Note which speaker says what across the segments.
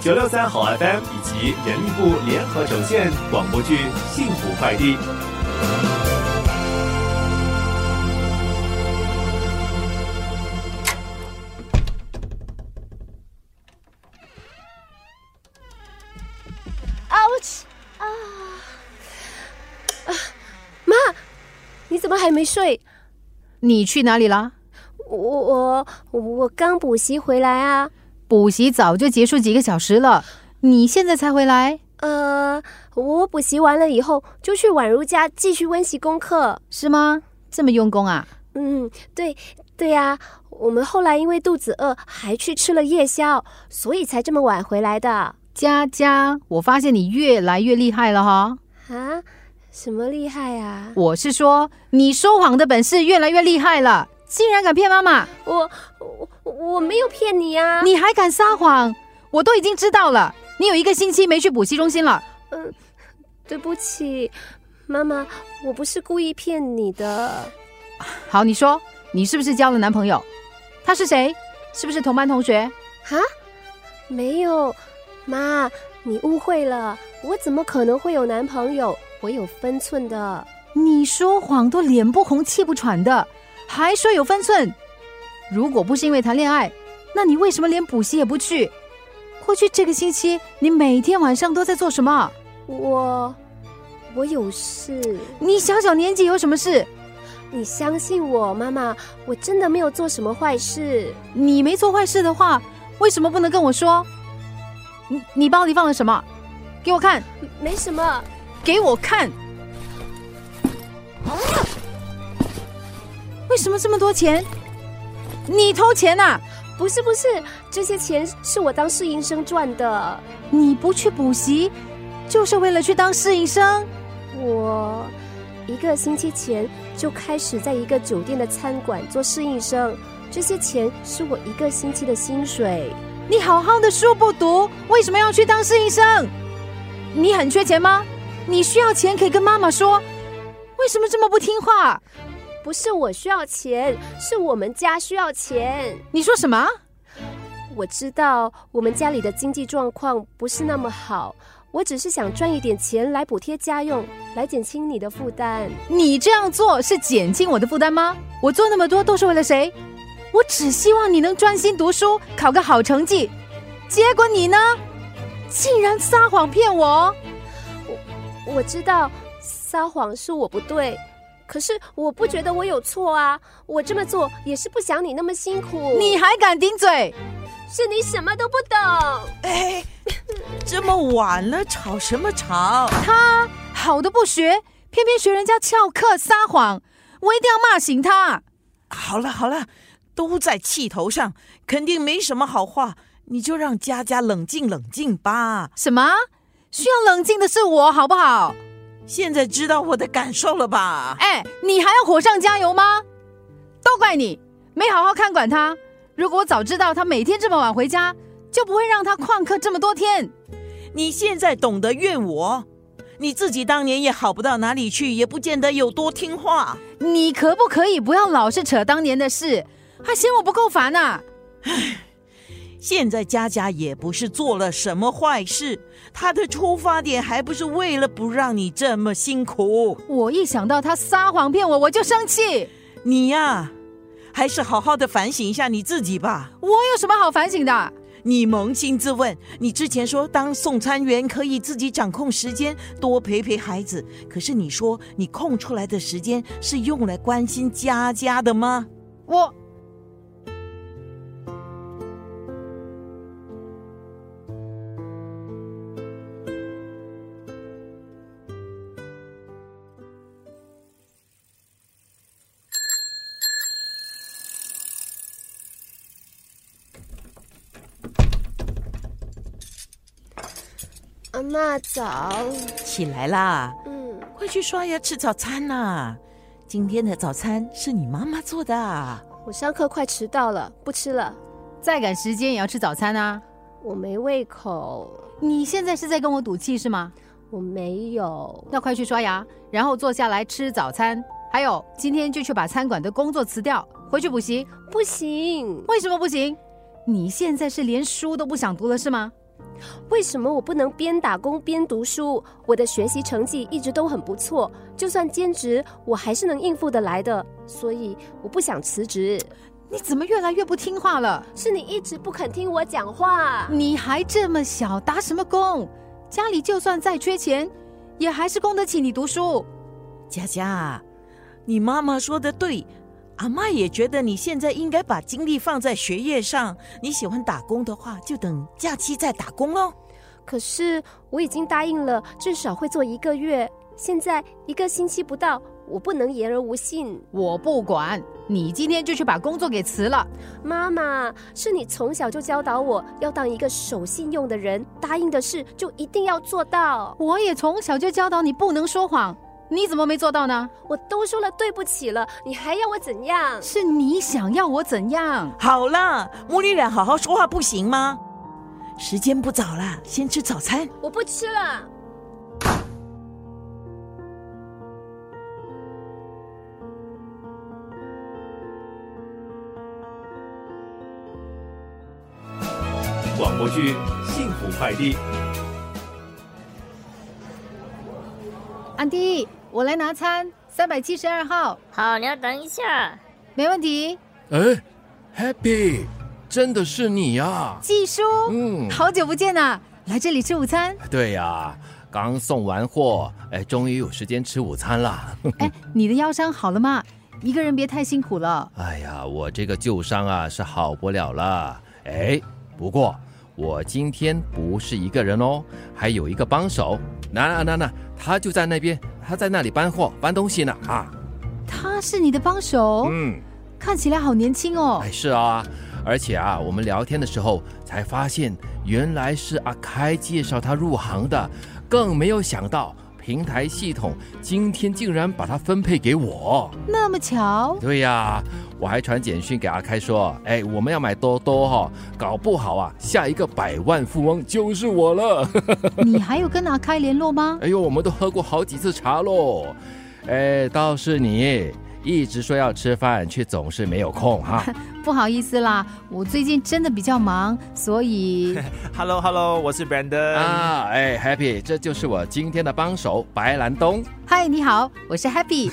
Speaker 1: 九六三好 FM 以及人力部联合呈现广播剧《幸福快递》。
Speaker 2: ouch 啊啊！妈，你怎么还没睡？
Speaker 3: 你去哪里啦？
Speaker 2: 我我我刚补习回来啊。
Speaker 3: 补习早就结束几个小时了，你现在才回来？
Speaker 2: 呃，我补习完了以后就去宛如家继续温习功课。
Speaker 3: 是吗？这么用功啊？
Speaker 2: 嗯，对对呀、我们后来因为肚子饿，还去吃了夜宵，所以才这么晚回来的。
Speaker 3: 佳佳，我发现你越来越厉害了哈！
Speaker 2: 啊，什么厉害啊！
Speaker 3: 我是说，你说谎的本事越来越厉害了，竟然敢骗妈妈，
Speaker 2: 我我我没有骗你啊！
Speaker 3: 你还敢撒谎，我都已经知道了。你有一个星期没去补习中心了，
Speaker 2: 对不起，妈妈，我不是故意骗你的。
Speaker 3: 好，你说你是不是交了男朋友？他是谁？是不是同班同学？
Speaker 2: 啊？没有，妈，你误会了，我怎么可能会有男朋友？我有分寸的。
Speaker 3: 你说谎都脸不红气不喘的，还说有分寸。如果不是因为谈恋爱，那你为什么连补习也不去？过去这个星期，你每天晚上都在做什么？
Speaker 2: 我，我有事，
Speaker 3: 你小小年纪有什么事？
Speaker 2: 你相信我，妈妈，我真的没有做什么坏事。
Speaker 3: 你没做坏事的话，为什么不能跟我说？你你包里放了什么？给我看，
Speaker 2: 没什么，
Speaker 3: 给我看。为什么这么多钱？你偷钱啊呐、
Speaker 2: 不是不是，这些钱是我当试营生赚的。
Speaker 3: 你不去补习，就是为了去当侍应生？
Speaker 2: 我一个星期前就开始在一个酒店的餐馆做侍应生，这些钱是我一个星期的薪水。
Speaker 3: 你好好的书不读，为什么要去当侍应生？你很缺钱吗？你需要钱可以跟妈妈说。为什么这么不听话？
Speaker 2: 不是我需要钱，是我们家需要钱。
Speaker 3: 你说什么？
Speaker 2: 我知道我们家里的经济状况不是那么好，我只是想赚一点钱来补贴家用，来减轻你的负担。
Speaker 3: 你这样做是减轻我的负担吗？我做那么多都是为了谁？我只希望你能专心读书，考个好成绩。结果你呢？竟然撒谎骗我！
Speaker 2: 我知道撒谎是我不对，可是我不觉得我有错啊。我这么做也是不想你那么辛苦。
Speaker 3: 你还敢顶嘴？
Speaker 2: 是你什么都不懂。
Speaker 4: 哎，这么晚了，吵什么吵？
Speaker 3: 好的不学，偏偏学人家翘课撒谎，我一定要骂醒他。
Speaker 4: 好了好了，都在气头上，肯定没什么好话，你就让佳佳冷静冷静吧。
Speaker 3: 什么？需要冷静的是我，好不好？
Speaker 4: 现在知道我的感受了吧？
Speaker 3: 哎，你还要火上加油吗？都怪你没好好看管他。如果我早知道他每天这么晚回家，就不会让他旷课这么多天。
Speaker 4: 你现在懂得怨我，你自己当年也好不到哪里去，也不见得有多听话。
Speaker 3: 你可不可以不要老是扯当年的事，还嫌我不够烦啊？
Speaker 4: 现在佳佳也不是做了什么坏事，她的出发点还不是为了不让你这么辛苦。
Speaker 3: 我一想到他撒谎骗我，我就生气。
Speaker 4: 你呀、还是好好的反省一下你自己吧。
Speaker 3: 我有什么好反省的？
Speaker 4: 你扪心自问，你之前说当送餐员可以自己掌控时间，多陪陪孩子，可是你说你空出来的时间是用来关心佳佳的吗？
Speaker 3: 我
Speaker 2: 阿妈啊早，
Speaker 4: 起来啦，
Speaker 2: 嗯，
Speaker 4: 快去刷牙吃早餐啦、今天的早餐是你妈妈做的啊。
Speaker 2: 我上课快迟到了，不吃了，
Speaker 3: 再赶时间也要吃早餐啊！
Speaker 2: 我没胃口，
Speaker 3: 你现在是在跟我赌气是吗？
Speaker 2: 我没有，
Speaker 3: 那快去刷牙，然后坐下来吃早餐。还有，今天就去把餐馆的工作辞掉，回去补习。
Speaker 2: 不行，
Speaker 3: 为什么不行？你现在是连书都不想读了是吗？
Speaker 2: 为什么我不能边打工边读书？我的学习成绩一直都很不错，就算兼职，我还是能应付得来的。所以我不想辞职。
Speaker 3: 你怎么越来越不听话了？
Speaker 2: 是你一直不肯听我讲话。
Speaker 3: 你还这么小，打什么工？家里就算再缺钱，也还是供得起你读书。
Speaker 4: 佳佳，你妈妈说的对，阿妈也觉得你现在应该把精力放在学业上。你喜欢打工的话，就等假期再打工喽。
Speaker 2: 可是我已经答应了，至少会做一个月。现在一个星期不到，我不能言而无信。
Speaker 3: 我不管，你今天就去把工作给辞了。
Speaker 2: 妈妈，是你从小就教导我要当一个守信用的人，答应的事就一定要做到。
Speaker 3: 我也从小就教导你不能说谎，你怎么没做到呢？
Speaker 2: 我都说了对不起了，你还要我怎样？
Speaker 3: 是你想要我怎样？
Speaker 4: 好啦，母女俩好好说话不行吗？时间不早了，先吃早餐。
Speaker 2: 我不吃了。
Speaker 1: 广播剧《幸福快递》。
Speaker 3: 安迪，我来拿餐，三百七十二号，
Speaker 5: 好，你要等一下。
Speaker 3: 没问题。
Speaker 6: 哎，Happy，真的是你呀、
Speaker 3: 季叔，
Speaker 6: 嗯，
Speaker 3: 好久不见呐，来这里吃午餐。
Speaker 6: 对呀、刚送完货，哎，终于有时间吃午餐了。
Speaker 3: 哎，你的腰伤好了吗？一个人别太辛苦了。
Speaker 6: 哎呀，我这个旧伤啊是好不了了。哎，不过我今天不是一个人哦，还有一个帮手，那那那，他就在那边，他在那里搬货搬东西呢啊。
Speaker 3: 他是你的帮手，
Speaker 6: 嗯，
Speaker 3: 看起来好年轻哦
Speaker 6: 哎，。是啊，而且啊，我们聊天的时候才发现，原来是阿开介绍他入行的，更没有想到平台系统今天竟然把他分配给我。
Speaker 3: 那么巧，
Speaker 6: 对呀、我还传简讯给阿开说，哎，我们要买多多哈、哦，搞不好啊，下一个百万富翁就是我了。
Speaker 3: 你还有跟阿开联络吗？
Speaker 6: 哎呦，我们都喝过好几次茶喽。哎，倒是你一直说要吃饭，却总是没有空哈。
Speaker 3: 不好意思啦，我最近真的比较忙，所 以
Speaker 1: h e l l o h e l l o 我是 Brandon。
Speaker 6: 啊，哎，Happy，这就是我今天的帮手白兰东。
Speaker 3: 嗨，你好，我是 Happy。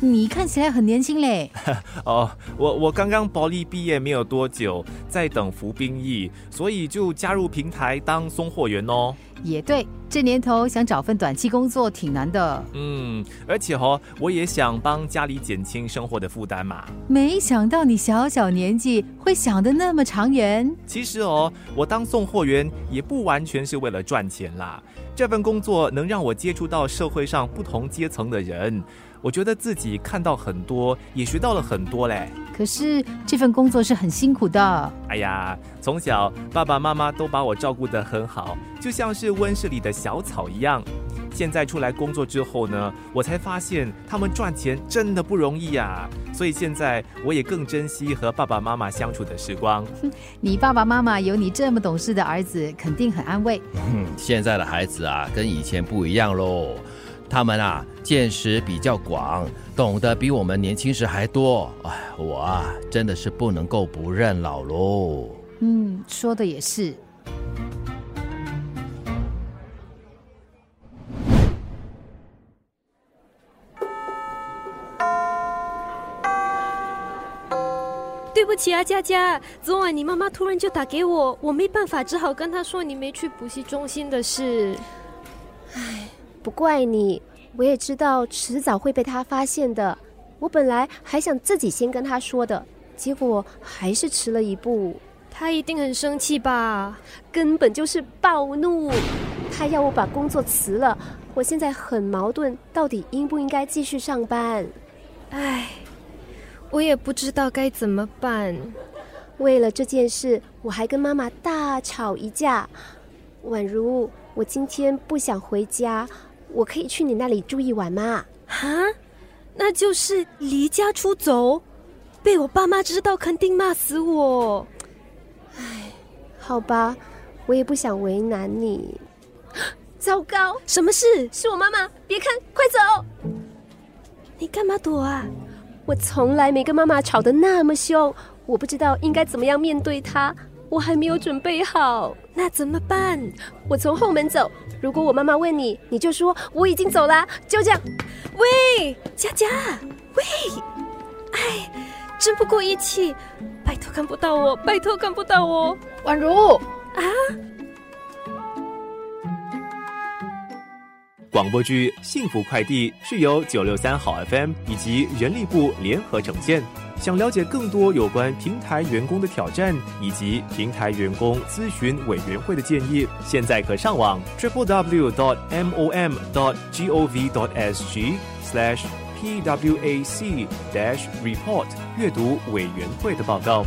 Speaker 3: 你看起来很年轻嘞，
Speaker 1: 哦，我我刚刚保利毕业没有多久，在等服兵役，所以就加入平台当送货员哦。
Speaker 3: 也对，这年头想找份短期工作挺难的。
Speaker 1: 嗯，而且哦，我也想帮家里减轻生活的负担嘛。
Speaker 3: 没想到你小小年纪会想得那么长远。
Speaker 1: 其实哦，我当送货员也不完全是为了赚钱啦。这份工作能让我接触到社会上不同阶层的人，我觉得自己看到很多，也学到了很多嘞。
Speaker 3: 可是这份工作是很辛苦的，
Speaker 1: 哎呀，从小爸爸妈妈都把我照顾得很好，就像是温室里的小草一样。现在出来工作之后呢，我才发现他们赚钱真的不容易呀、所以现在我也更珍惜和爸爸妈妈相处的时光。
Speaker 3: 你爸爸妈妈有你这么懂事的儿子，肯定很安慰。
Speaker 6: 嗯，现在的孩子啊，跟以前不一样喽。他们啊，见识比较广，懂得比我们年轻时还多。哎，我啊，真的是不能够不认老喽。
Speaker 3: 嗯，说的也是。
Speaker 7: 对不起啊，佳佳，昨晚你妈妈突然就打给我，我没办法，只好跟她说你没去补习中心的事。
Speaker 2: 不怪你，我也知道迟早会被他发现的。我本来还想自己先跟他说的，结果还是迟了一步，
Speaker 7: 她一定很生气吧？
Speaker 2: 根本就是暴怒。他要我把工作辞了，我现在很矛盾，到底应不应该继续上班？
Speaker 7: 唉，我也不知道该怎么办。
Speaker 2: 为了这件事，我还跟妈妈大吵一架。宛如，我今天不想回家，我可以去你那里住一晚吗？
Speaker 7: 哈，那就是离家出走，被我爸妈知道肯定骂死我。
Speaker 2: 好吧，我也不想为难 你。糟糕，
Speaker 7: 什么事？
Speaker 2: 是我妈妈！别看，快走！
Speaker 7: 你干嘛躲啊？
Speaker 2: 我从来没跟妈妈吵得那么凶，我不知道应该怎么样面对她。
Speaker 7: 我还没有准备好，
Speaker 2: 那怎么办？我从后门走。如果我妈妈问你，你就说我已经走啦，就这样。
Speaker 7: 喂，佳佳，喂，哎，争不过义气，拜托看不到我，拜托看不到我。
Speaker 3: 宛如，
Speaker 1: 广播剧《幸福快递》是由九六三好 FM 以及人力部联合呈现。想了解更多有关平台员工的挑战以及平台员工咨询委员会的建议，现在可上网 triple w dot m o m dot g o v dot s g slash p w a c dash report 阅读委员会的报告。